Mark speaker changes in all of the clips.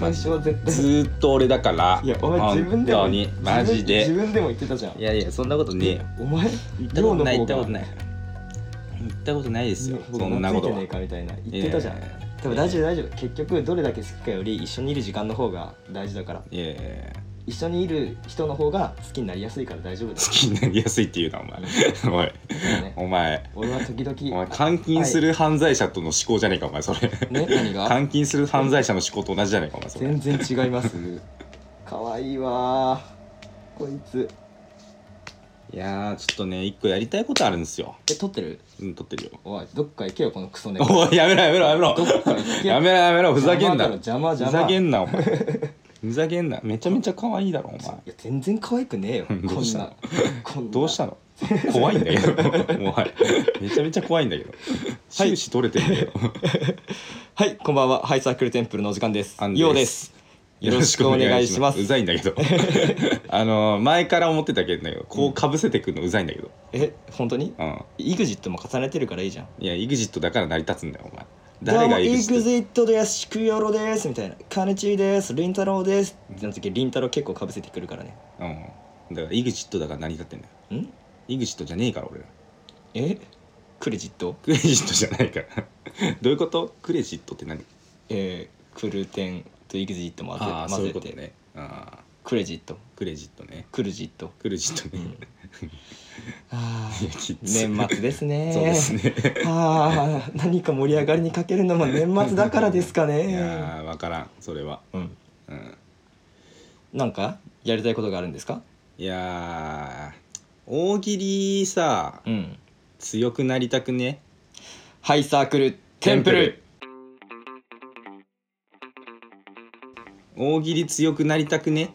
Speaker 1: 最初は絶対
Speaker 2: ずーっと俺だから
Speaker 1: いやお前自分で
Speaker 2: 本
Speaker 1: も
Speaker 2: 当にマジで
Speaker 1: 自分自分でも言ってたじゃん
Speaker 2: いやいやそんなことねえよ
Speaker 1: お前
Speaker 2: 行ったことない行
Speaker 1: 量の方が
Speaker 2: ったことない行ったことないですよ
Speaker 1: 量
Speaker 2: そんなことは
Speaker 1: 懐いてねえかみたいな言ってたじゃん
Speaker 2: いやいやいや
Speaker 1: でも大丈夫大丈夫結局どれだけ好きかより一緒にいる時間の方が大事だから
Speaker 2: いやいやいや
Speaker 1: 一緒にいる人の方が好きになりやすいから大丈夫だ
Speaker 2: 好きになりやすいって言うなお前おい
Speaker 1: ね
Speaker 2: お前
Speaker 1: 俺は時
Speaker 2: お
Speaker 1: 々
Speaker 2: 前監禁する犯罪者との思考じゃねえかお前それ
Speaker 1: ね何が
Speaker 2: 監禁する犯罪者の思考と同じじゃねえかお前それ
Speaker 1: 全然違います可愛いわーこいつ
Speaker 2: いやーちょっとね一個やりたいことあるんですよ
Speaker 1: え撮ってる
Speaker 2: うん撮ってるよ
Speaker 1: おいどっか行けよこのクソ猫
Speaker 2: おいやめろやめろやめろ
Speaker 1: どっか行け
Speaker 2: やめろやめろふざけんな
Speaker 1: 邪魔
Speaker 2: ふ
Speaker 1: だろ邪魔邪魔
Speaker 2: ざけんなお前ふざけんなめちゃめちゃ可愛いだろお前
Speaker 1: いや全然可愛くねえよこん
Speaker 2: どうしたの
Speaker 1: なこんな
Speaker 2: どうしたの怖いんだけど お前めちゃめちゃ怖いんだけど終始取れてんだよ
Speaker 1: はいこんばんはハイサークルテンプルのお時間です
Speaker 2: アンです
Speaker 1: ようですよろしくお願いします
Speaker 2: うざいんだけど あの前から思ってたけどこうかぶせてくるのうざいんだけど
Speaker 1: え本当に
Speaker 2: うん
Speaker 1: EXIT も重ねてるからいいじゃん
Speaker 2: いや EXIT だから成り立つんだよお前誰が
Speaker 1: どうも
Speaker 2: EXIT
Speaker 1: EXIT ですシクヨロですみたいなカネチーですりんたろうですってなった時りんたろう結構かぶせてくるからね
Speaker 2: うんだから EXIT だから成り立ってんだよ
Speaker 1: ん
Speaker 2: EXIT じゃねえから俺ら
Speaker 1: えクレジット
Speaker 2: クレジットじゃないからどういうことクレジットって何
Speaker 1: えー、クルテンと EXIT も
Speaker 2: あ
Speaker 1: 混
Speaker 2: あ
Speaker 1: ぜ混
Speaker 2: そうい
Speaker 1: ぜ
Speaker 2: うこ
Speaker 1: て
Speaker 2: とねああ
Speaker 1: クレジット
Speaker 2: クレジットね
Speaker 1: クルジット
Speaker 2: クレジットね
Speaker 1: あ
Speaker 2: いやき
Speaker 1: ー
Speaker 2: つい
Speaker 1: 年末ですね
Speaker 2: そうですね
Speaker 1: あー何か盛り上がりにかけるのも年末だからですか
Speaker 2: い
Speaker 1: ね、
Speaker 2: やー分からんそれは
Speaker 1: うん、
Speaker 2: うん
Speaker 1: なんかやりたいことがあるんですか
Speaker 2: いやー大喜利さ
Speaker 1: うん
Speaker 2: 強くなりたくね
Speaker 1: ハイサークルテンプル
Speaker 2: 大喜利強くなりたくね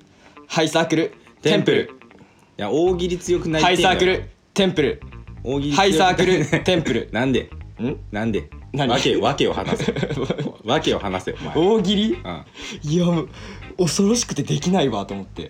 Speaker 1: ハイサークルテンプル
Speaker 2: いや大喜利強くなり
Speaker 1: ハ
Speaker 2: た
Speaker 1: イサークルテンプル
Speaker 2: 大喜利強くなり
Speaker 1: ハイサークルテンプ
Speaker 2: なんで
Speaker 1: ルん
Speaker 2: なんで
Speaker 1: 何
Speaker 2: わけわけを話せわけを話せお前、うん、
Speaker 1: 大喜利
Speaker 2: あ
Speaker 1: いや恐ろしくてできないわと思って
Speaker 2: 違う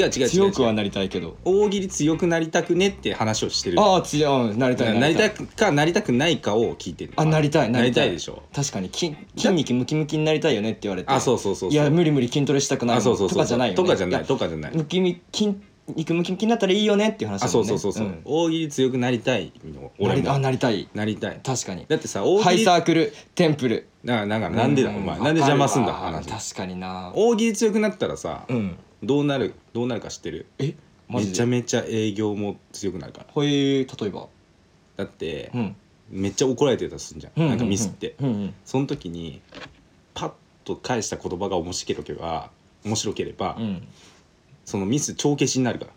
Speaker 2: 違う違う
Speaker 1: 強くは
Speaker 2: 違う
Speaker 1: なりたいけど
Speaker 2: 大喜利強くなりたくねって話をしてる
Speaker 1: ああ強いうんなりたい
Speaker 2: なりた
Speaker 1: い
Speaker 2: くかなりたくないかを聞いてる
Speaker 1: あなりたい
Speaker 2: なりたいでしょ
Speaker 1: 確かに筋筋肉ムキムキになりたいよねって言われて
Speaker 2: あそうそうそうそう
Speaker 1: いや無理無理筋トレしたくないも
Speaker 2: あ
Speaker 1: ん
Speaker 2: そうそうそう
Speaker 1: とかじゃないよ、ね、
Speaker 2: とかじゃない
Speaker 1: や
Speaker 2: とかじゃない
Speaker 1: ムキムキ筋肉ムキムキになったらいいよねっていう話
Speaker 2: あ
Speaker 1: だ
Speaker 2: そ
Speaker 1: もん
Speaker 2: う
Speaker 1: ね
Speaker 2: そうそうそう、
Speaker 1: ん
Speaker 2: 大喜利強くなりたいの俺
Speaker 1: なりあ
Speaker 2: も
Speaker 1: なりたい
Speaker 2: なりたい
Speaker 1: 確かに
Speaker 2: だってさ大
Speaker 1: ハ
Speaker 2: 喜
Speaker 1: イ
Speaker 2: 利
Speaker 1: サ
Speaker 2: だ
Speaker 1: ークルテンプル
Speaker 2: からなんかなんでだお前なんで邪魔すんだ
Speaker 1: わかるわ
Speaker 2: 話
Speaker 1: 確かにな
Speaker 2: 大喜利強くなったらさ
Speaker 1: うん
Speaker 2: どうなるどうなるか知ってる
Speaker 1: えマ
Speaker 2: め
Speaker 1: ジ
Speaker 2: ちゃ
Speaker 1: で
Speaker 2: めちゃ営業も強くなるから
Speaker 1: ほえー例えば
Speaker 2: だって
Speaker 1: うん
Speaker 2: めっちゃ怒られてたとすんじゃ
Speaker 1: うん
Speaker 2: んなんかミスって
Speaker 1: うんうん
Speaker 2: その時にパッと返した言葉が面白ければ面白ければ
Speaker 1: うん
Speaker 2: そのミス帳消しになるから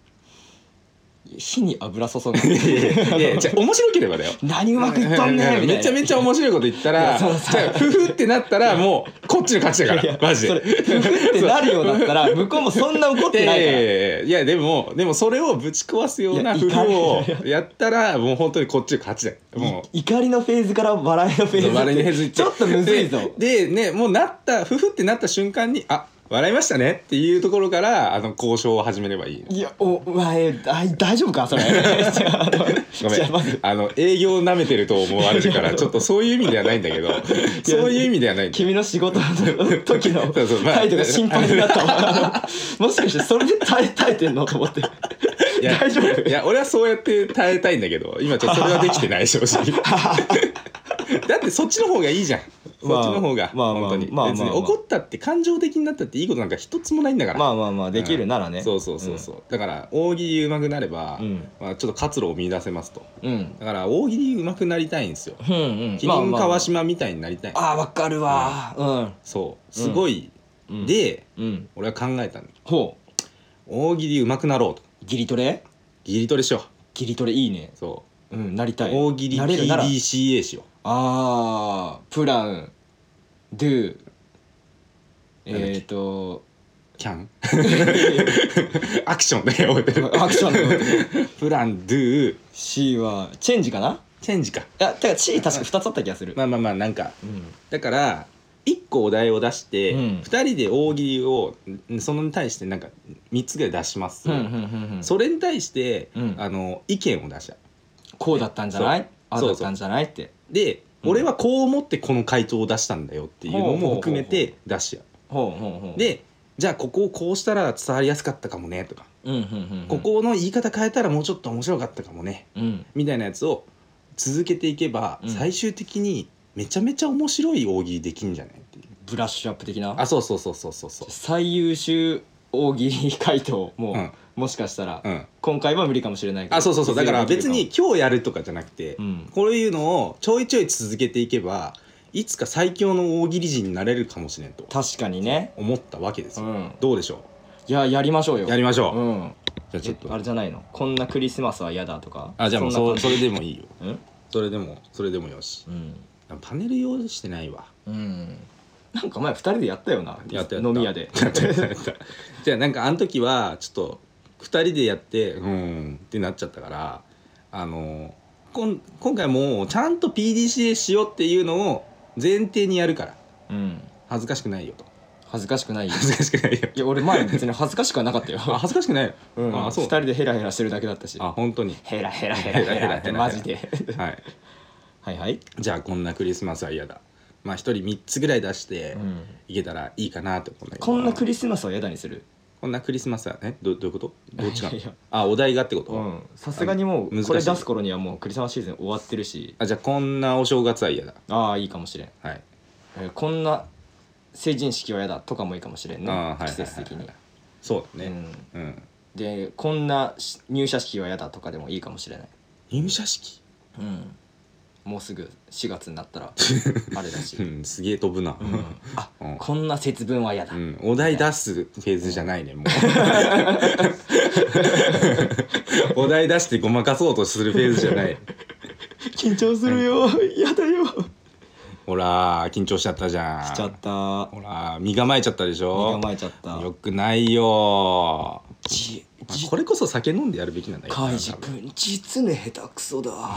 Speaker 1: 火に油注ぐ
Speaker 2: いやいやいやじゃあ面白ければだよ
Speaker 1: 何うまくいっとんねんみたいな
Speaker 2: めちゃめちゃ面白いこと言った
Speaker 1: い
Speaker 2: ら
Speaker 1: やそう
Speaker 2: じゃあフフってなったらもうこっちの勝ちだからマジ
Speaker 1: それ
Speaker 2: で。
Speaker 1: ふふってなるようだったら向こうもそんな怒っ
Speaker 2: いや
Speaker 1: てないいから
Speaker 2: やいやいやでもでもそれをぶち壊すようないフ
Speaker 1: や
Speaker 2: フをやったらもう本当にこっちの勝ちだよ。もう
Speaker 1: い怒りのフェーズから笑いのフェーズ
Speaker 2: 割れねえず
Speaker 1: ってちょっとむずいぞ
Speaker 2: ででねもうなったフフってなった瞬間にあ笑いましたねっていうところからあの交渉を始めればいい。
Speaker 1: いやお前あ大丈夫かそ れ じゃああの
Speaker 2: ごめ
Speaker 1: じゃあま
Speaker 2: ん
Speaker 1: ず
Speaker 2: あの営業を舐めてると思われるからちょっとそういう意味ではないんだけどそういう意味ではないんだよ
Speaker 1: 君の仕事の時の
Speaker 2: そうそうまあ
Speaker 1: 態度が心配になった わもしかしてそれで耐え耐えてんのと思って
Speaker 2: いや
Speaker 1: 大丈夫
Speaker 2: いや俺はそうやって耐えたいんだけど今ちょっとそれはできて ない正直だってそっちの方がいいじゃん、
Speaker 1: まあ
Speaker 2: そっちの方が、
Speaker 1: まあまあ
Speaker 2: 本当に、
Speaker 1: まあまあ
Speaker 2: 別
Speaker 1: ま
Speaker 2: に
Speaker 1: あ
Speaker 2: 怒ったって感情的になったっていいことなんか一つもないんだから
Speaker 1: まあまあまあできるならね、
Speaker 2: そうそうそうそう、だから大喜利上手くなれば、
Speaker 1: うん
Speaker 2: まあ、ちょっと活路を見出せますと
Speaker 1: うんうん
Speaker 2: だから大喜利上手くなりたいんですよ
Speaker 1: うんうん
Speaker 2: 麒麟
Speaker 1: まあまあ
Speaker 2: 川島みたいになりたい、
Speaker 1: ああわかるわう
Speaker 2: そうすごい、
Speaker 1: ん、うん、
Speaker 2: で
Speaker 1: うん
Speaker 2: 俺は考えたの
Speaker 1: ほう
Speaker 2: 大喜利上手くなろうと
Speaker 1: ギリトレ
Speaker 2: ギリトレしよ
Speaker 1: ギリトレいいね
Speaker 2: うそう
Speaker 1: うんなりたい
Speaker 2: 大喜利
Speaker 1: なれるなら
Speaker 2: PDCA しよう
Speaker 1: あープランドゥ
Speaker 2: なんだっけ
Speaker 1: えっ、ー、と
Speaker 2: キャンアクションだけ覚えてる
Speaker 1: アクションの
Speaker 2: プランドゥ
Speaker 1: C はチェンジかない
Speaker 2: チェンジか
Speaker 1: やてか C 確か2つあった気がする、
Speaker 2: まあまあまあなんか
Speaker 1: うん、
Speaker 2: だから1個お題を出して、
Speaker 1: う
Speaker 2: 二
Speaker 1: ん
Speaker 2: 2人で大喜利をんそのに対してなんか3つぐらい出します、
Speaker 1: うんうんうんうん
Speaker 2: それに対して、
Speaker 1: うん
Speaker 2: あの意見を出した
Speaker 1: こうだったんじゃないああ
Speaker 2: そう
Speaker 1: だったんじゃないって
Speaker 2: で、
Speaker 1: うん
Speaker 2: 俺はこう思ってこの回答を出したんだよっていうのも含
Speaker 1: ほうほうほ
Speaker 2: め
Speaker 1: う
Speaker 2: て出しや
Speaker 1: ほうほうほう
Speaker 2: でじゃあここをこうしたら伝わりやすかったかもねとか、
Speaker 1: うんうんうんうん
Speaker 2: ここの言い方変えたらもうちょっと面白かったかもね
Speaker 1: うん
Speaker 2: みたいなやつを続けていけば、
Speaker 1: うん
Speaker 2: 最終的にめちゃめちゃ面白い大喜利できんじゃないっていう
Speaker 1: ブラッシュアップ的な
Speaker 2: あそうそうそうそうそうそう
Speaker 1: 最優秀大喜利回答も、
Speaker 2: うん
Speaker 1: もしかしたら、
Speaker 2: うん
Speaker 1: 今回は無理かもしれないけど
Speaker 2: あそうそうそうだから
Speaker 1: いず
Speaker 2: 別
Speaker 1: れで
Speaker 2: に
Speaker 1: き
Speaker 2: 今日やるとかじゃなくて、
Speaker 1: るかもうん
Speaker 2: こういうのをちょいちょい続けていけばいつか最強の大喜利人になれるかもしれんと
Speaker 1: 確かにね
Speaker 2: 思ったわけです
Speaker 1: う
Speaker 2: よ、
Speaker 1: ん
Speaker 2: どうでしょ
Speaker 1: いややりましょうよ
Speaker 2: うやりましょう、
Speaker 1: うん
Speaker 2: じゃあちょっ
Speaker 1: えあ
Speaker 2: と
Speaker 1: れじゃないのこんなクリスマスは嫌だとか
Speaker 2: あじゃあもうそ
Speaker 1: んな
Speaker 2: それでもいいよ
Speaker 1: 感じ
Speaker 2: それでもそれでもよし
Speaker 1: うん
Speaker 2: パネル用意してないわ
Speaker 1: うん、うん、なんか前二人でやったよな
Speaker 2: やったやった
Speaker 1: 飲み屋で
Speaker 2: じゃあなんかあの時はちょっと2人でやってうーんってなっちゃったからあのこん今回もうちゃんと PDCA しようっていうのを前提にやるから
Speaker 1: うん
Speaker 2: 恥ずかしくないよと
Speaker 1: 恥ずかしくないよ
Speaker 2: 恥ずかしくないよ
Speaker 1: いや俺前別に 恥ずかしくはなかったよ
Speaker 2: あ恥ずかしくないよ、
Speaker 1: うん、
Speaker 2: あ
Speaker 1: 二
Speaker 2: そう
Speaker 1: 人でヘラヘラしてるだけだったし
Speaker 2: あ本当に
Speaker 1: ヘラヘラヘラヘラってマジで
Speaker 2: はい
Speaker 1: はいはい、
Speaker 2: じゃあこんなクリスマスは嫌だまあ1人3つぐらい出して
Speaker 1: うん、
Speaker 2: いけたらいいかなと思うんだけど
Speaker 1: こんなクリスマスは嫌だにする
Speaker 2: こんなクリスマスはねどどういうことどっ ちが
Speaker 1: いやいや
Speaker 2: あお題がってこと、
Speaker 1: うんさすがにもう
Speaker 2: 難しい
Speaker 1: これ出す頃にはもうクリスマスシーズン終わってるし
Speaker 2: あじゃあこんなお正月は嫌だ
Speaker 1: ああいいかもしれん、
Speaker 2: はい
Speaker 1: えーこんな成人式は嫌だとかもいいかもしれん
Speaker 2: あ
Speaker 1: ね
Speaker 2: ーはいはいはいはい
Speaker 1: 季節的に、
Speaker 2: そうだ
Speaker 1: う
Speaker 2: ね
Speaker 1: ん、
Speaker 2: うん、
Speaker 1: でこんなし入社式は嫌だとかでもいいかもしれない、
Speaker 2: 入社式
Speaker 1: うん、もうすぐ4月になった らあれだし、
Speaker 2: うんすげえ飛ぶな
Speaker 1: うんあ
Speaker 2: うん、
Speaker 1: こんな節分は嫌だ、
Speaker 2: うんお題出すフェーズじゃないね もうお題出してごまかそうとするフェーズじゃない
Speaker 1: 緊張するよ嫌だよし
Speaker 2: ほら緊張しちゃったじゃん
Speaker 1: ちゃった
Speaker 2: ほら身構えちゃったでし
Speaker 1: 身
Speaker 2: ょ
Speaker 1: 構えちゃった
Speaker 2: よくないよ
Speaker 1: じ
Speaker 2: まあ
Speaker 1: じ
Speaker 2: これこそ酒飲んでやるべきなんだけどな
Speaker 1: カイジ君実に下手くそだ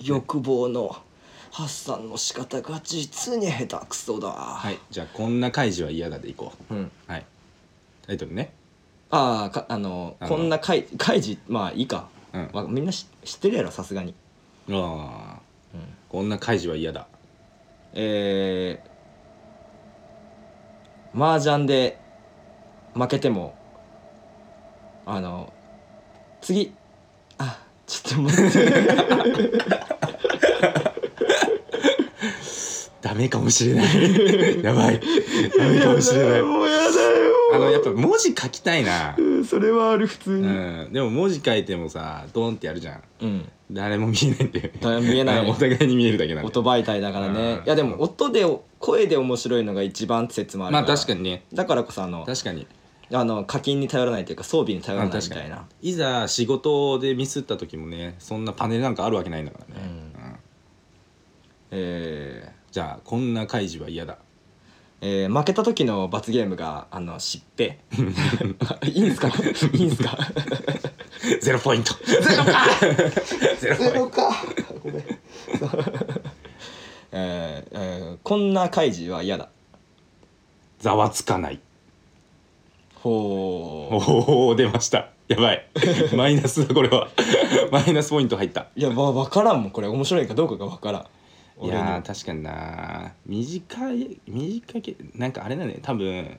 Speaker 1: 欲望の発散の仕方が実に下手くそだは
Speaker 2: はい、じゃあこんな開示は嫌だでいこ
Speaker 1: うん、
Speaker 2: う。はい。タイトルね。
Speaker 1: ああかあの
Speaker 2: あ
Speaker 1: こ
Speaker 2: の
Speaker 1: んなカイカイジまあいいか、
Speaker 2: うん。
Speaker 1: まあ、みんなし知ってるやろさすがに、
Speaker 2: ああ、
Speaker 1: うん、
Speaker 2: こんな開示は嫌だ。
Speaker 1: えー、麻雀で負けてもあの次あちょっと待って
Speaker 2: ダメかもしれない。 やばい。ダメかもしれ ない。
Speaker 1: うやだよ
Speaker 2: あのやっぱ文字書きたいな。
Speaker 1: それはある普通
Speaker 2: うん。でも文字書いてもさ、ドンってやるじゃん。
Speaker 1: うん、
Speaker 2: 誰も見えないんだよね。
Speaker 1: 誰も見えない
Speaker 2: お互いに見えるだけなんだ
Speaker 1: 音
Speaker 2: よ。
Speaker 1: 媒体だからね
Speaker 2: うん
Speaker 1: いやでも音で声で面白いのが一番説もある
Speaker 2: ま
Speaker 1: か
Speaker 2: あ
Speaker 1: ら
Speaker 2: 確かにね。
Speaker 1: だからこそあの
Speaker 2: 確かに。
Speaker 1: あの課金に頼らないというか装備に頼ら
Speaker 2: あ
Speaker 1: ない
Speaker 2: 確
Speaker 1: み
Speaker 2: か
Speaker 1: た
Speaker 2: に
Speaker 1: いな。
Speaker 2: いざ仕事でミスった時もね、そんなパネルなんかあるわけないんだからね。
Speaker 1: うん
Speaker 2: うん
Speaker 1: え
Speaker 2: じゃあこんな開示は嫌だ。
Speaker 1: ーえー負けた時の罰ゲームがあの疾病 いいんすかいいんすか
Speaker 2: ゼロポイント。 ゼロポイント。
Speaker 1: かごめん えーえーこんな開示は嫌だ
Speaker 2: ざわつかない。
Speaker 1: ほ
Speaker 2: おお、出ました。やばい。マイナスだ、これは。マイナスポイント入った。
Speaker 1: ういやわ分からんもんこれ面白いかどうかが分からん
Speaker 2: い
Speaker 1: 俺に
Speaker 2: やー、
Speaker 1: は
Speaker 2: 確かにな。短い、短いけ、なんかあれだね、多分。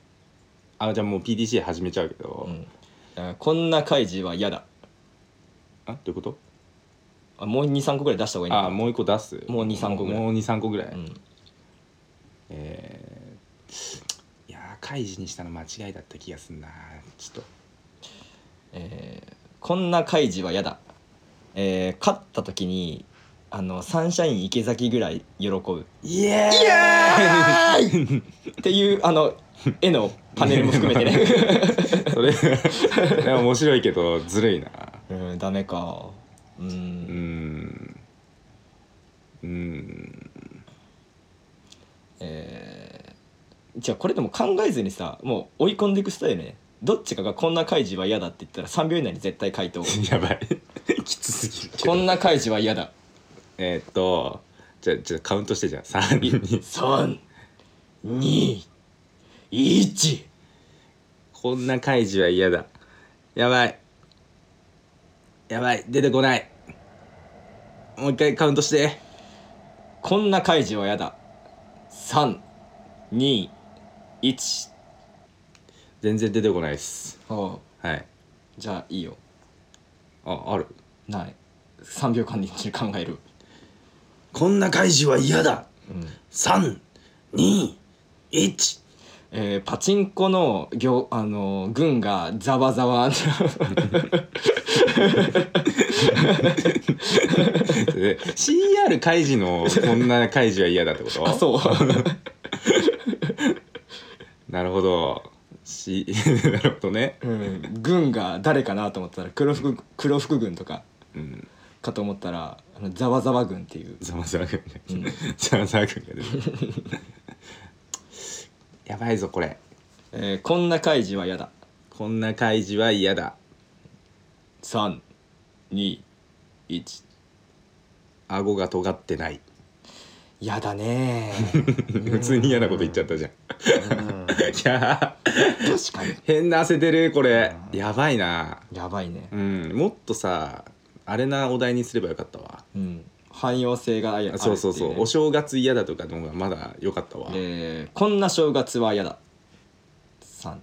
Speaker 2: あ、じゃあもう PDCA 始めちゃうけど
Speaker 1: う。んあこんな開示は嫌だ
Speaker 2: あ、どういうこと
Speaker 1: あもう23個ぐらい出した方がいいの
Speaker 2: あ、もう一個出す。
Speaker 1: もう二三個ぐらい
Speaker 2: もう2、3個ぐらい。
Speaker 1: うん、
Speaker 2: えーいやー、開示にしたの間違いだった気がすんな。ちょっと。
Speaker 1: えーこんな開示は嫌だ、えー勝った時にあのサンシャイン池崎ぐらい喜ぶ
Speaker 2: イエ
Speaker 1: イエーイっていうあの絵のパネルも含めてね
Speaker 2: ーイ それ、いや面白いけど、ずるいな。
Speaker 1: うんダメかう
Speaker 2: うー
Speaker 1: ん、
Speaker 2: んうーん
Speaker 1: えーじゃあこれでも考えずにさもう追い込んでいくスタイルねどっちかがこんな開示は嫌だって言ったら3秒以内に絶対回答
Speaker 2: やばい きつすぎるけ
Speaker 1: こ
Speaker 2: ど
Speaker 1: んな開示は嫌だ
Speaker 2: えーっとじゃあじゃあカウントしてじゃあ3 2
Speaker 1: 三、二、一。
Speaker 2: こんな開示は嫌だやばいやばい出てこないもう一回カウントして
Speaker 1: こんな開示はやだ。三、二、 1
Speaker 2: 全然出てこないです
Speaker 1: ああ
Speaker 2: はい
Speaker 1: じゃあいいよ
Speaker 2: あある
Speaker 1: ない3秒間に考える
Speaker 2: こんな怪獣は嫌だ
Speaker 1: うん
Speaker 2: 三二一
Speaker 1: えーパチンコの行あのー軍がざわざわ
Speaker 2: で CR 開示のこんな開示は嫌だってこと
Speaker 1: あ そう
Speaker 2: なるほど、C、な るほどね、
Speaker 1: うん、軍が誰かなと思ったら黒服黒服軍とか
Speaker 2: うん、
Speaker 1: かと思ったらあのざわざわ軍っていう
Speaker 2: ざまざわくんね
Speaker 1: うん
Speaker 2: ざまざわくんが出てくるやばいぞこれ
Speaker 1: えーこんな開示は嫌だ
Speaker 2: こんな開示は嫌だ
Speaker 1: 321
Speaker 2: 顎が尖ってない
Speaker 1: 嫌だね
Speaker 2: 普通に嫌なこと言っちゃったじゃんいやー
Speaker 1: 確かに
Speaker 2: 変な汗出るこれやばいな
Speaker 1: やばいね
Speaker 2: うんもっとさあれなお題にすればよかったわ
Speaker 1: うん汎用性があるっていね
Speaker 2: そうそうそう、お正月嫌だとかの方がまだ良かったわ、
Speaker 1: えーこんな正月は嫌だ321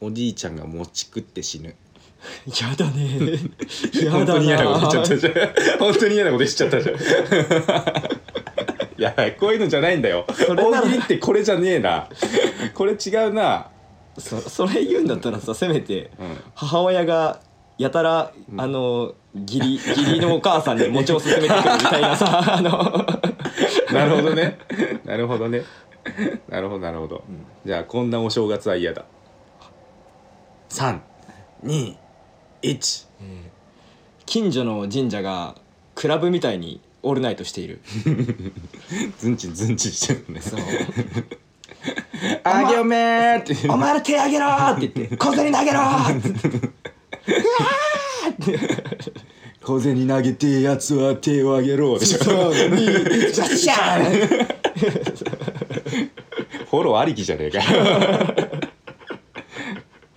Speaker 2: おじいちゃんが餅食って死ぬ
Speaker 1: やだ ねやだな
Speaker 2: 本当に嫌なことしちゃったじ ゃん本当に嫌なことしちゃったじゃんいやこういうのじゃないんだよ
Speaker 1: それなら
Speaker 2: 大喜利ってこれじゃねえなこれ違うな
Speaker 1: そそれ言うんだったらさせめて
Speaker 2: うん
Speaker 1: 母親がやたら、あの義理義理のお母さんに餅を勧めてくるみたいな さあの
Speaker 2: なるほどねなるほどねなるほどなるほど、じゃあこんなお正月は嫌だ321
Speaker 1: 近所の神社がクラブみたいにオールナイトしている
Speaker 2: ズンチンズンチンしてるね
Speaker 1: そう
Speaker 2: あげおめーって
Speaker 3: お前ら手あげろーって言って小銭投げろーって
Speaker 2: 小銭投げてえやつは手をあげろでしょ
Speaker 3: 言ってガッシャーン
Speaker 2: フォローありきじゃねえか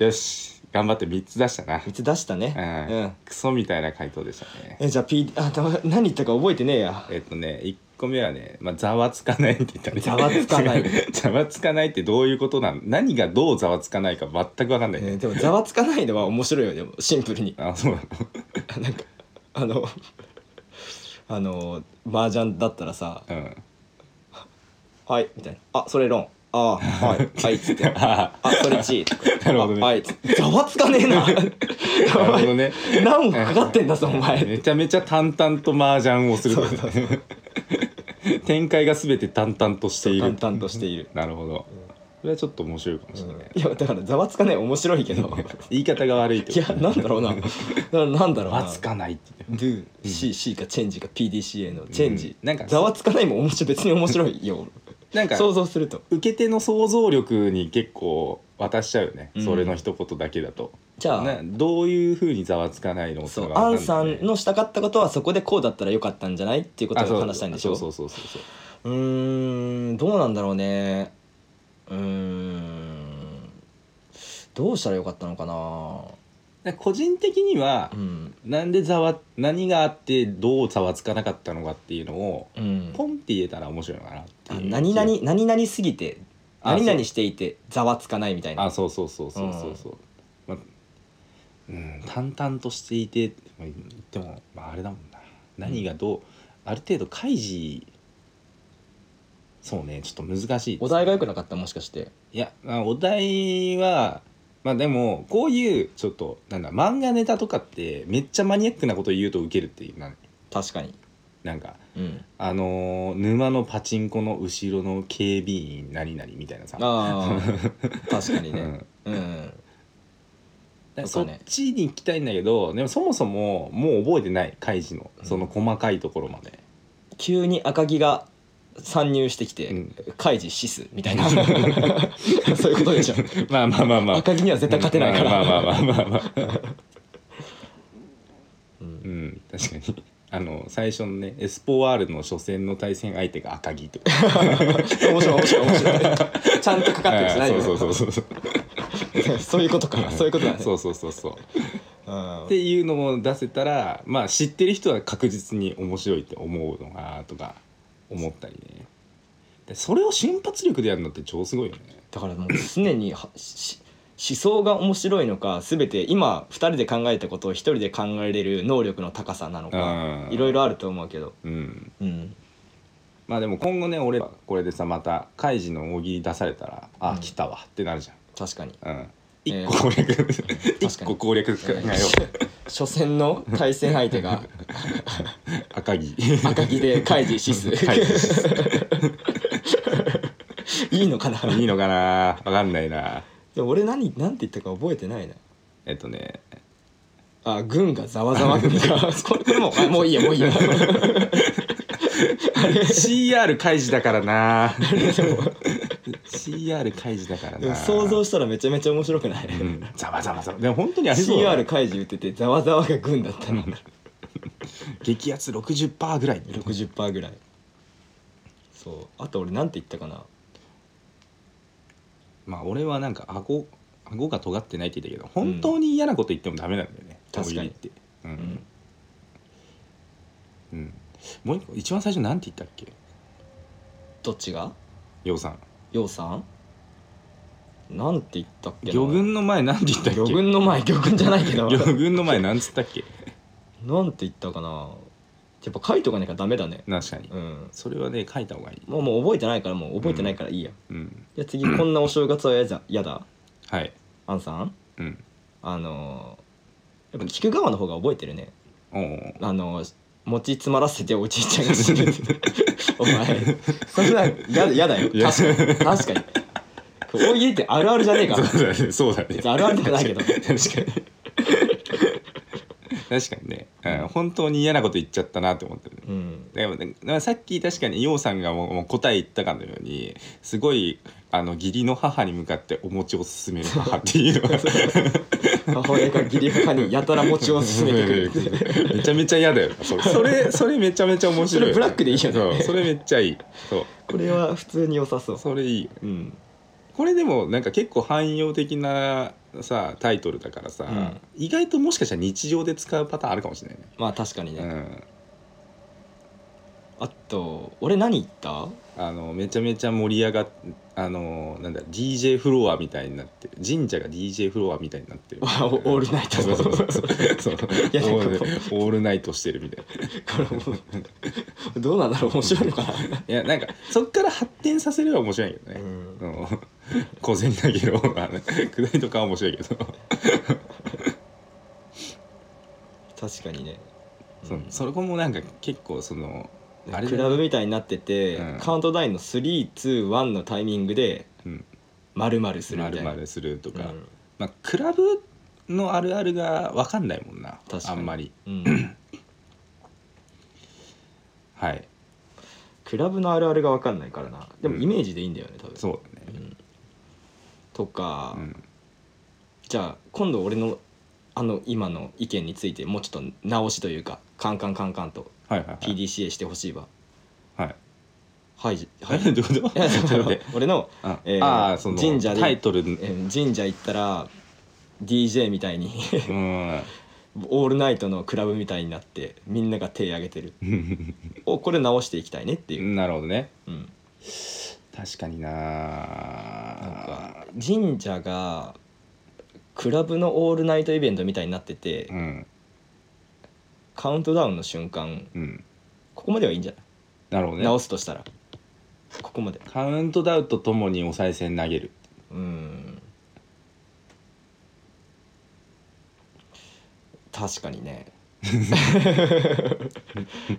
Speaker 2: よし頑張って3つ出したな
Speaker 1: 3つ出したね
Speaker 2: うん、
Speaker 1: うん
Speaker 2: クソみたいな回答でしたね
Speaker 1: えじゃあ、P、あだ何言ったか覚えてねえや
Speaker 2: えっとね1個目はね、まあ、ざわつかないって言ったね
Speaker 1: ざわつかない
Speaker 2: ざわつかないってどういうことなの何がどうざわつかないか全く分かんない
Speaker 1: えー
Speaker 2: ね、
Speaker 1: でもざわつかないのは面白いよでもシンプルに
Speaker 2: あそうな の
Speaker 1: なんかあのあの麻雀だったらさ
Speaker 2: うん
Speaker 1: 「はい」みたいな「あそれロン」「あーはい」「はい」っつって「
Speaker 2: あ
Speaker 1: あそれチー」
Speaker 2: なるほどね
Speaker 1: あはい」っつってざわつかねえな
Speaker 2: ーなるほどね
Speaker 1: 何もかかってんだぞお前
Speaker 2: めちゃめちゃ淡々と麻雀をする、ね、展開が全て淡々としている
Speaker 1: 淡々としている
Speaker 2: なるほどそれはちょっと面白いかもしれない、
Speaker 1: いやだからざわつかない面白いけど
Speaker 2: 言い方が悪いって
Speaker 1: い
Speaker 2: こ
Speaker 1: や
Speaker 2: と
Speaker 1: なんだろうなななんだろう
Speaker 2: わ
Speaker 1: な
Speaker 2: つかないっていう
Speaker 1: Do CC かチェンジか PDCA のチェンジ、
Speaker 2: うんなんか
Speaker 1: ざわつかないも面白い別に面白いよ
Speaker 2: なんか
Speaker 1: 想像すると
Speaker 2: 受け手の想像力に結構渡しちゃうよね、
Speaker 1: うん
Speaker 2: それの一言だけだと
Speaker 1: じゃあ、
Speaker 2: などういうふうにざわつかないの
Speaker 1: そう
Speaker 2: とか
Speaker 1: ア
Speaker 2: わ
Speaker 1: ン
Speaker 2: か
Speaker 1: さ
Speaker 2: ない
Speaker 1: んのしたかったことはそこでこうだったらよかったんじゃないっていうこと
Speaker 2: あそ
Speaker 1: を
Speaker 2: う
Speaker 1: 話したいんでしょ
Speaker 2: そうそうそうそう
Speaker 1: うーんどうなんだろうねうーんどうしたらよかったのかな
Speaker 2: なんか個人的には
Speaker 1: う、ん
Speaker 2: なんでざわ何があってどうざわつかなかったのかっていうのを
Speaker 1: うん
Speaker 2: ポンって言えたら面白いのかなって
Speaker 1: あ
Speaker 2: いう
Speaker 1: 何々何々すぎて
Speaker 2: あ
Speaker 1: 何々していてざわつかないみたいな
Speaker 2: あそうそうそうそうそうそう、まあうん、淡々としていてまあ言っても、まあ、あれだもんな何がどう、ある程度開示そうねちょっと難しい
Speaker 1: お題が良くなかったもしかして
Speaker 2: いや、まあ、お題はまあでもこういうちょっとなんだ漫画ネタとかってめっちゃマニアックなこと言うとウケるっていうな
Speaker 1: 確かに
Speaker 2: なんか
Speaker 1: うん
Speaker 2: あのー沼のパチンコの後ろの警備員何々みたいなさ
Speaker 1: あ あ確かに
Speaker 2: う
Speaker 1: ね
Speaker 2: ん
Speaker 1: うんそ
Speaker 2: そうっ
Speaker 1: ね
Speaker 2: ちに行きたいんだけどでもそもそももう覚えてない開示のその細かいところまで、
Speaker 1: 急に赤木が参入してきて、
Speaker 2: うん
Speaker 1: カイジシスみたいな そういうことでしょ
Speaker 2: まあまあまあまあ
Speaker 1: 赤木には絶対勝てないから、
Speaker 2: まあまあまあ まあまあ、
Speaker 1: う
Speaker 2: うんん確かにあの最初のねエスポワールの初戦の対戦相手が赤木ってことか
Speaker 1: 面白い面白い面白いちゃんとかかってるしない
Speaker 2: そ
Speaker 1: よ
Speaker 2: うそうそうそうそう
Speaker 1: そういうことか そういうことだね
Speaker 2: そうそうそうそう
Speaker 1: うん
Speaker 2: っていうのも出せたらまあ知ってる人は確実に面白いって思うのかなとか思ったりねでそれを瞬発力でやるのって超すごいよね
Speaker 1: だからもう常にはし思想が面白いのか全て今2人で考えたことを1人で考えれる能力の高さなのか
Speaker 2: うん
Speaker 1: いろいろあると思うけど、
Speaker 2: うん
Speaker 1: うん、
Speaker 2: まあでも今後ね俺はこれでさまたカイジの大喜利出されたらあ、
Speaker 1: うん
Speaker 2: 来たわってなるじ
Speaker 1: 確かに
Speaker 2: ゃんうん
Speaker 1: え
Speaker 2: 一
Speaker 1: ー
Speaker 2: 個攻略、
Speaker 1: 確
Speaker 2: 一
Speaker 1: か
Speaker 2: 個
Speaker 1: に
Speaker 2: 攻略考えよ
Speaker 1: 初戦の対戦相手が
Speaker 2: う赤木
Speaker 1: 赤木で開示シ ス
Speaker 2: カイジです
Speaker 1: いいのかない
Speaker 2: いのかな分かんないな
Speaker 1: でも俺何なんて言ったか覚えてないな
Speaker 2: えっとね
Speaker 1: あ軍がざわざわ軍が これもあもういいやもういいや
Speaker 2: CR 開示だからな CR 開示だから
Speaker 1: でも
Speaker 2: な
Speaker 1: 想像したらめちゃめちゃ面白くない、
Speaker 2: うんざわざわざわでも本当にありそうだ、
Speaker 1: CR
Speaker 2: ね、
Speaker 1: 開示打っててざわざわが軍だったの
Speaker 2: 激アツ60%ぐらい
Speaker 1: 60%ぐらいそうあと俺なんて言ったかな
Speaker 2: まあ俺はなんか顎顎が尖ってないって言ったけど本当に嫌なこと言ってもダメなんだよね、
Speaker 1: 確かに
Speaker 2: 大喜利ってうん、うんもう一個一番最初なんて言ったっけ
Speaker 1: どっちが
Speaker 2: 洋さん
Speaker 1: 楊さんなんて言ったっけな
Speaker 2: 魚群の前なんて言ったっけ
Speaker 1: 魚群の前魚群じゃないけど
Speaker 2: 魚群の前なんつったっけ
Speaker 1: なんて言ったかなやっぱ書いとかなきゃダメだね
Speaker 2: 確かに
Speaker 1: うん
Speaker 2: それはね書いた方がいい
Speaker 1: もうもう覚えてないからもう覚えてないからいいや、
Speaker 2: うん
Speaker 1: じゃあ 次こんなお正月はやだやだ
Speaker 2: はい
Speaker 1: アンさん
Speaker 2: うん
Speaker 1: あのーやっぱ聞く側の方が覚えてるね
Speaker 2: おー
Speaker 1: あのー餅詰まらせておじいちゃんが死 ぬってお前そんなんやだやだよ
Speaker 2: いや
Speaker 1: 確かに確かにこれ大喜利ってあるあるじゃねえか
Speaker 2: そうだねそうだね
Speaker 1: 別にあるあるでもないけど
Speaker 2: 確かに確かに確かにね、うん、本当に嫌なこと言っちゃったなって思ってるね
Speaker 1: うん
Speaker 2: でもねでもさっき確かに陽さんがもうもう答え言ったかのようにすごいあの義理の母に向かってお餅を勧める母っていうのが
Speaker 1: 母親が義理母にやたら餅を勧めてく る
Speaker 2: めちゃめちゃ嫌だよそれそれそれめちゃめちゃ面白いよ
Speaker 1: それ
Speaker 2: ね、
Speaker 1: ブラックでいいよね
Speaker 2: そうそれめっちゃいいそう
Speaker 1: これは普通に良さそう
Speaker 2: それいいよ
Speaker 1: うん
Speaker 2: これでもなんか結構汎用的なさタイトルだからさ、
Speaker 1: うん
Speaker 2: 意外ともしかしたら日常で使うパターンあるかもしれないね
Speaker 1: まあ確かにね、
Speaker 2: うん
Speaker 1: あと俺何言 った
Speaker 2: あのめちゃめちゃ盛り上がっあのなんだ DJ フロアみたいになってる神社が DJ フロアみたいになってる
Speaker 1: わおオールナイト
Speaker 2: そうそうそうそう
Speaker 1: いやなんか
Speaker 2: オールオールナイトしてるみたいな
Speaker 1: これもうどうなんだろう面白いのかな、
Speaker 2: いやなんかそっから発展させれば面白いけどね、うん、 小銭投げる方がねくだりとかは面白いけど、
Speaker 1: 確かにね
Speaker 2: そうそこもなんか結構そのあれ
Speaker 1: ク
Speaker 2: だね
Speaker 1: ラブみたいになってて、
Speaker 2: うん
Speaker 1: カウントダインの321のタイミングで
Speaker 2: うん
Speaker 1: 丸々するみ
Speaker 2: ま
Speaker 1: たい
Speaker 2: る
Speaker 1: な
Speaker 2: まるするとか、
Speaker 1: うん
Speaker 2: まあクラブのあるあるが分かんないもんな
Speaker 1: 確か
Speaker 2: あ
Speaker 1: に
Speaker 2: んまり
Speaker 1: うん
Speaker 2: はい
Speaker 1: クラブのあるあるが分かんないからなでも
Speaker 2: うん
Speaker 1: イメージでいいんだよね多分、
Speaker 2: そうだね、
Speaker 1: とか、
Speaker 2: うん
Speaker 1: じゃあ今度俺のあの今の意見についてもうちょっと直しというかカンカンカンカンと
Speaker 2: はいはいはい
Speaker 1: PDCA してほしいわ
Speaker 2: はい
Speaker 1: はいじは
Speaker 2: え
Speaker 1: い
Speaker 2: どういうこと
Speaker 1: いや
Speaker 2: ちょっと 待って
Speaker 1: 俺の、
Speaker 2: あ
Speaker 1: えー
Speaker 2: あーその
Speaker 1: 神社で
Speaker 2: タイトルう
Speaker 1: えー神社行ったら DJ みたいに
Speaker 2: ん
Speaker 1: オールナイトのクラブみたいになってみんなが手挙げて るをこれ直していきたいねっていう、
Speaker 2: なるほどね
Speaker 1: うん、
Speaker 2: 確かに
Speaker 1: なん
Speaker 2: な
Speaker 1: か神社がクラブのオールナイトイベントみたいになってて、
Speaker 2: うん
Speaker 1: カウントダウンの瞬間
Speaker 2: うん
Speaker 1: ここまではいいんじゃない、
Speaker 2: なるほどね
Speaker 1: 直すとしたらここまで
Speaker 2: カウントダウンとともにお賽銭投 げる
Speaker 1: うん確かに ねい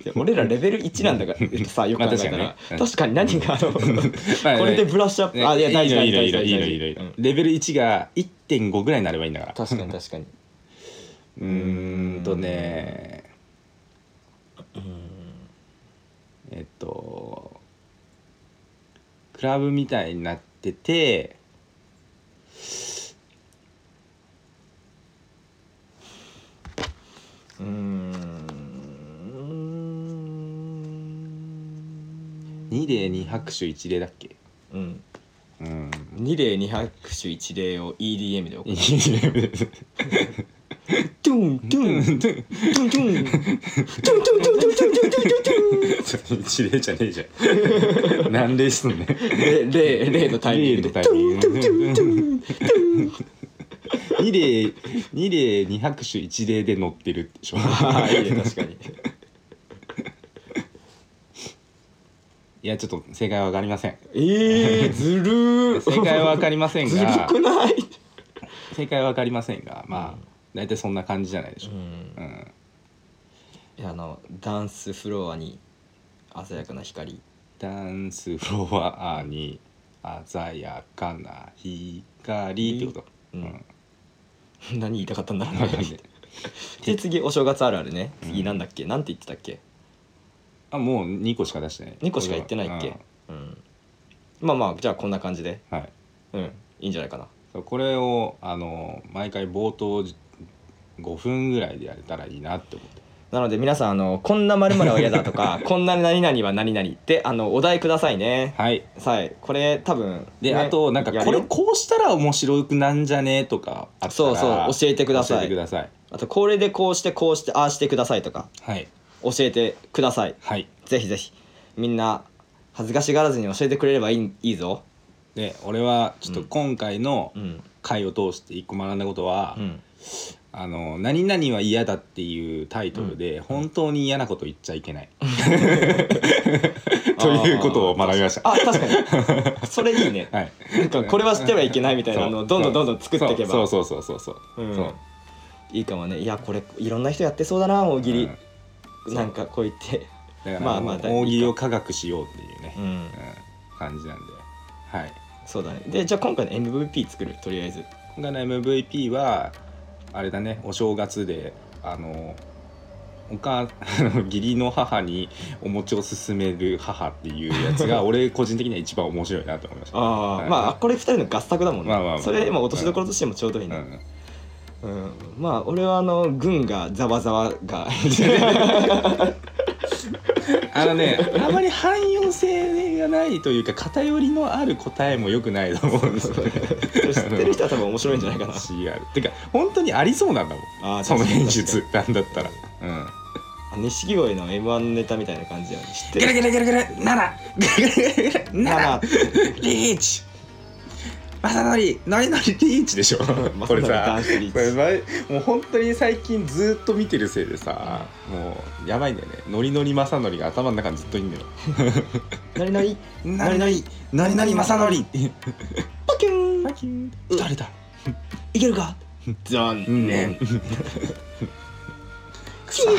Speaker 1: や俺らレベル1なんだからさよく考えたら、
Speaker 2: まあ確かにね
Speaker 1: 確かに何があのこれでブラッシュアップ、
Speaker 2: ね
Speaker 1: あいや大事大
Speaker 2: い
Speaker 1: 事
Speaker 2: いのい
Speaker 1: 大
Speaker 2: い
Speaker 1: 事大事
Speaker 2: のいい
Speaker 1: 大事
Speaker 2: のいいのいいの
Speaker 1: うん
Speaker 2: レベル1が1.5ぐらいになればいいんだから
Speaker 1: 確かに確かに
Speaker 2: うーんとねえっとクラブみたいになってて
Speaker 1: うーん
Speaker 2: 2例2拍手1例だっけ
Speaker 1: うん
Speaker 2: うん
Speaker 1: 2例2拍手1例を EDM で送る
Speaker 2: EDM
Speaker 1: トゥントゥントゥントゥントゥントゥントゥントゥントゥントゥントゥントゥントゥン
Speaker 2: 一例じゃねえじゃん何例すんね
Speaker 1: 例例例のタイミングで
Speaker 2: 例のタイミング
Speaker 1: トゥントゥントゥントゥン
Speaker 2: 二例二例二拍手一例で乗ってるでしょ
Speaker 1: ああいいね確かに
Speaker 2: いやちょっと正解は分かりません
Speaker 1: えー、ずるー
Speaker 2: 正解は分かりません
Speaker 1: ずる
Speaker 2: が
Speaker 1: くない
Speaker 2: 正解は分かりませんがまあ大体そんな感じじゃないでしょうか、うん
Speaker 1: いやあのダンスフロアに鮮やかな光
Speaker 2: ダンスフロアに鮮やかな光ってこと、
Speaker 1: う
Speaker 2: うんん
Speaker 1: 何言いたかったんだろう
Speaker 2: わかんな
Speaker 1: ね
Speaker 2: い
Speaker 1: で次お正月あるあるね
Speaker 2: うん
Speaker 1: 次なんだっけ、なんて言ってたっけ
Speaker 2: あもう2個しか出してない
Speaker 1: 2個しか言ってないっけ、うん、まあまあじゃあこんな感じで
Speaker 2: うんはい
Speaker 1: うんいいんじゃないかな
Speaker 2: そうこれをあの毎回冒頭5分ぐらいでやれたらいいなって思って
Speaker 1: なので皆さんあのこんな〇〇は嫌だと かこんな何々は何々ってあのお題くださいね
Speaker 2: はい
Speaker 1: はいこれ多分
Speaker 2: で、
Speaker 1: ね
Speaker 2: あとなんか
Speaker 1: やる
Speaker 2: これ
Speaker 1: よ
Speaker 2: こうしたら面白くなんじゃねえとかあったら
Speaker 1: そうそう教えてください
Speaker 2: 教えてください
Speaker 1: あとこれでこうしてこうしてああしてくださいとか
Speaker 2: はい
Speaker 1: 教えてください
Speaker 2: はい
Speaker 1: ぜひぜひみんな恥ずかしがらずに教えてくれればいいいいぞ
Speaker 2: で俺はちょっと今回の
Speaker 1: うん
Speaker 2: 回を通して一個学んだことは、
Speaker 1: うん
Speaker 2: あの「何々は嫌だ」っていうタイトルで本当に嫌なこと言っちゃいけない、 ということを学びました。
Speaker 1: あ確か にそれいいね
Speaker 2: はい、
Speaker 1: なんかこれは知ってはいけないみたいなのをどんどんどんどん作っていけば
Speaker 2: そうそうそうそうそうそううんそう
Speaker 1: いいかもねいやこれいろんな人やってそうだな大喜利、
Speaker 2: うん
Speaker 1: なんかこう言って
Speaker 2: だから、
Speaker 1: まあまあ
Speaker 2: 大喜利を科学しようっていうね、
Speaker 1: う
Speaker 2: うん
Speaker 1: ん
Speaker 2: 感じなんで、はい、
Speaker 1: そうだねでじゃあ今回の MVP 作るとりあえず
Speaker 2: 今回の MVP はあれだねお正月であのおか 義理の母にお餅を勧める母っていうや つが俺個人的には一番面白いなと思いました。
Speaker 1: あ
Speaker 2: は
Speaker 1: あ
Speaker 2: い
Speaker 1: まあこれ2人の合作だもんね、
Speaker 2: まあまあまあ
Speaker 1: それまあ落としどころとしてもちょうどいいうね、
Speaker 2: ん
Speaker 1: うんまあ俺はあの軍がざわざわ が
Speaker 2: あのね、あまり汎用性がないというか偏りのある答えも良くないと思うんですよね。
Speaker 1: 知ってる人は多分面白いんじゃないかな
Speaker 2: CR てか本当にありそうなんだもん
Speaker 1: あー
Speaker 2: その
Speaker 1: 確かに
Speaker 2: 演出なんだったら。うん
Speaker 1: あ錦鯉の m 1ネタみたいな感じやね知って
Speaker 2: ゲラ
Speaker 1: る
Speaker 2: ゲラゲラゲラ七ゲラゲラゲラゲラ七リーチまさのりのりのりリーチでしょ
Speaker 1: まさの
Speaker 2: これ
Speaker 1: りダン
Speaker 2: さ
Speaker 1: スリーチ
Speaker 2: これ前もう本当に最近ずっと見てるせいでさ、もうやばいんだよねのりのりまさのりが頭の中にずっといんだよ
Speaker 1: なりなり
Speaker 2: のりのりのりのりまさのりって
Speaker 1: パキューン
Speaker 2: 撃たれた
Speaker 1: いけるか残
Speaker 2: ねくそ
Speaker 1: キュ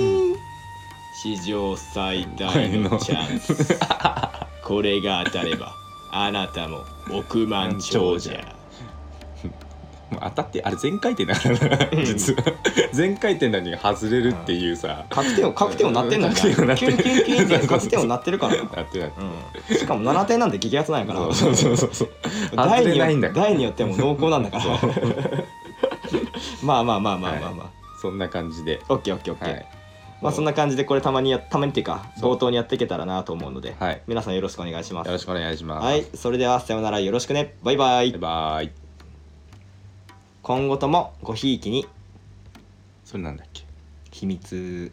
Speaker 1: ーン史上最大のチャン スこれが当たればあなたも億万長者
Speaker 2: もう当たってあれ全回転だからな実は 全回転なのに外れるっていうさ
Speaker 1: 確定を確定をなってんだからキュ
Speaker 2: 確定音鳴
Speaker 1: ン
Speaker 2: って
Speaker 1: キ
Speaker 2: る
Speaker 1: ュンキュンって確定をなってるからな
Speaker 2: なってなって
Speaker 1: うんしかも7点なんて激アツなんやから
Speaker 2: そうそうそうそう
Speaker 1: 台
Speaker 2: 外れ
Speaker 1: によ
Speaker 2: ないんだから
Speaker 1: 台によっても濃厚なんだから まあまあまあまあまあまあ、
Speaker 2: そんな感じで
Speaker 1: オッケーオッケーオッケ
Speaker 2: は
Speaker 1: ー、
Speaker 2: い
Speaker 1: まあそんな感じでこれたまにやたまにっていうか
Speaker 2: そう
Speaker 1: 冒頭にやっていけたらなと思うので、
Speaker 2: はい
Speaker 1: 皆さんよろしくお願いします
Speaker 2: よろしくお願いします
Speaker 1: はいそれではさようならよろしくねバイバイ
Speaker 2: バイバイ
Speaker 1: 今後ともごひいきに
Speaker 2: それなんだっけ
Speaker 1: 秘密